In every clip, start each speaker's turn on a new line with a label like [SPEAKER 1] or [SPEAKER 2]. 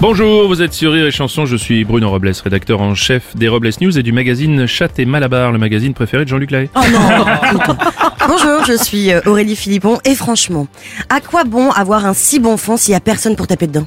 [SPEAKER 1] Bonjour, vous êtes sur Rire et Chanson, je suis Bruno Robles, rédacteur en chef des Robles News et du magazine Chat et Malabar, le magazine préféré de Jean-Luc Lahaye.
[SPEAKER 2] Bonjour, je suis euh, Aurélie Philippon et franchement, à quoi bon avoir un si bon fond s'il y a personne pour taper dedans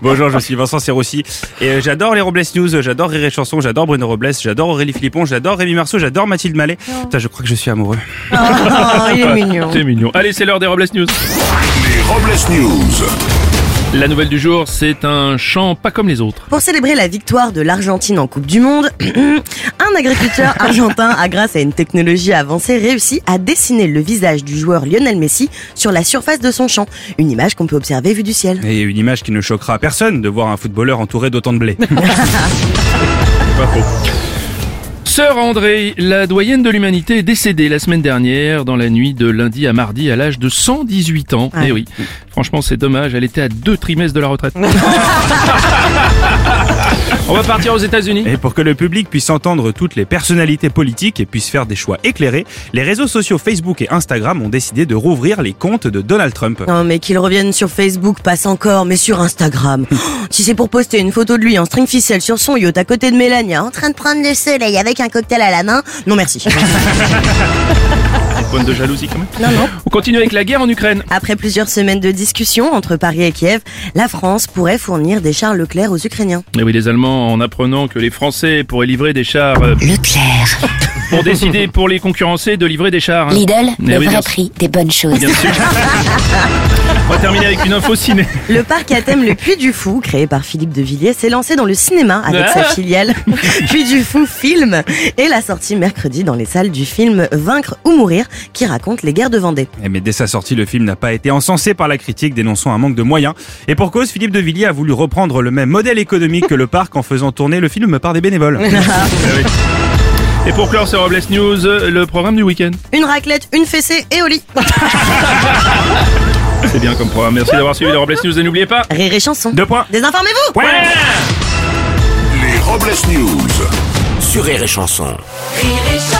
[SPEAKER 3] Bonjour, je suis Vincent Serroussi et euh, j'adore les Robles News, euh, j'adore Rire et Chanson, j'adore Bruno Robles, j'adore Aurélie Philippon, j'adore Rémi Marceau, j'adore Mathilde Mallet. Putain, je crois que je suis amoureux.
[SPEAKER 2] Oh, il est mignon.
[SPEAKER 1] C'est mignon. Allez, c'est l'heure des Robles News.
[SPEAKER 4] Les Robles News.
[SPEAKER 1] La nouvelle du jour, c'est un chant pas comme les autres.
[SPEAKER 2] Pour célébrer la victoire de l'Argentine en Coupe du Monde, un agriculteur argentin a, grâce à une technologie avancée, réussi à dessiner le visage du joueur Lionel Messi sur la surface de son champ. Une image qu'on peut observer vue du ciel.
[SPEAKER 3] Et une image qui ne choquera personne de voir un footballeur entouré d'autant de blé.
[SPEAKER 1] Sœur André, la doyenne de l'humanité, est décédée la semaine dernière dans la nuit de lundi à mardi à l'âge de 118 ans.
[SPEAKER 2] Ah.
[SPEAKER 1] Eh oui, franchement c'est dommage, elle était à deux trimestres de la retraite. On va partir aux États-Unis.
[SPEAKER 3] Et pour que le public puisse entendre toutes les personnalités politiques et puisse faire des choix éclairés, les réseaux sociaux Facebook et Instagram ont décidé de rouvrir les comptes de Donald Trump.
[SPEAKER 2] Non mais qu'il revienne sur Facebook passe encore, mais sur Instagram. Oh, si c'est pour poster une photo de lui en string ficelle sur son yacht à côté de Mélania en train de prendre le soleil avec un cocktail à la main, non merci.
[SPEAKER 1] Eh, Bonne de jalousie quand même. On continue avec la guerre en Ukraine.
[SPEAKER 2] Après plusieurs semaines de discussions entre Paris et Kiev, la France pourrait fournir des chars Leclerc aux Ukrainiens.
[SPEAKER 1] Et Eh oui, les Allemands, en apprenant que les Français pourraient livrer des chars, euh,
[SPEAKER 5] Leclerc,
[SPEAKER 1] ont décidé pour les concurrencer de livrer des chars. hein.
[SPEAKER 5] Lidl,
[SPEAKER 1] Mais
[SPEAKER 5] le
[SPEAKER 1] oui, bien sûr.
[SPEAKER 5] vrai prix des bonnes choses.
[SPEAKER 1] Bien sûr. On va terminer avec une info ciné.
[SPEAKER 2] Le parc à thème Le Puy du Fou, créé par Philippe de Villiers, s'est lancé dans le cinéma avec sa filiale Puy du Fou Film et la sortie mercredi dans les salles du film Vaincre ou Mourir qui raconte les guerres de Vendée.
[SPEAKER 3] Eh, Mais dès sa sortie, le film n'a pas été encensé par la critique, dénonçant un manque de moyens. Et pour cause, Philippe de Villiers a voulu reprendre le même modèle économique que le parc en faisant tourner le film par des bénévoles.
[SPEAKER 1] Et pour clore ce Robles News, euh, le programme du week-end.
[SPEAKER 2] Une raclette, une fessée et au lit.
[SPEAKER 1] C'est bien comme programme. Merci d'avoir suivi le Robles News et n'oubliez pas.
[SPEAKER 2] Rire et chanson.
[SPEAKER 3] Deux points.
[SPEAKER 2] Désinformez-vous
[SPEAKER 4] Les Robles News.
[SPEAKER 6] Sur Rire et Chanson.
[SPEAKER 7] Rire et chanson.